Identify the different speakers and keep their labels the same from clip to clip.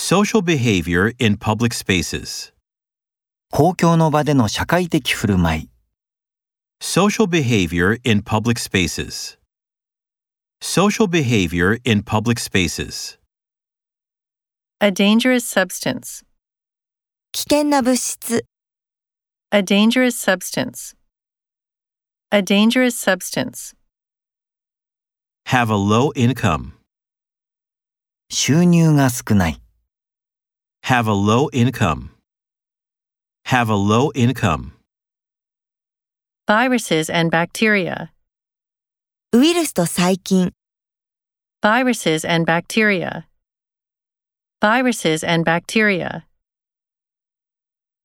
Speaker 1: Social behavior in public spaces.
Speaker 2: 公共の場での社会的振る舞い、
Speaker 1: Social behavior in public spaces. Social behavior in public spaces.
Speaker 3: A dangerous substance.
Speaker 4: 危険な物質、
Speaker 3: A dangerous substance. A dangerous substance.
Speaker 1: Have a low income.
Speaker 2: 収入が少ない、
Speaker 1: Have a low income. Have a low income.
Speaker 3: Viruses and bacteria.
Speaker 4: ウイルスと細菌、
Speaker 3: Viruses and bacteria. Viruses and bacteria.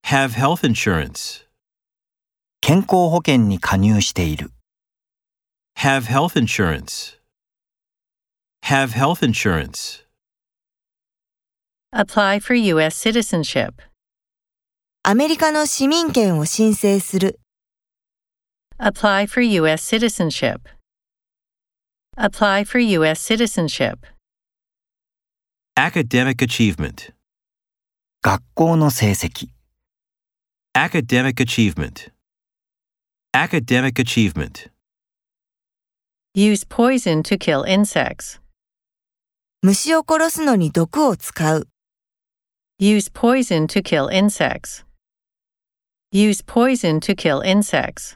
Speaker 1: Have health insurance.
Speaker 2: 健康保険に加入している、
Speaker 1: Have health insurance. Have health insurance.
Speaker 3: Apply for U.S. citizenship.
Speaker 4: アメリカの市民権を申請する、
Speaker 3: Apply for U.S. citizenship. Apply for U.S. citizenship.
Speaker 1: Academic achievement.
Speaker 2: 学校の成績、
Speaker 1: Academic achievement. Academic achievement.
Speaker 3: Use poison to kill insects.
Speaker 4: 虫を殺すのに毒を使う、
Speaker 3: Use poison to kill insects. Use poison to kill insects.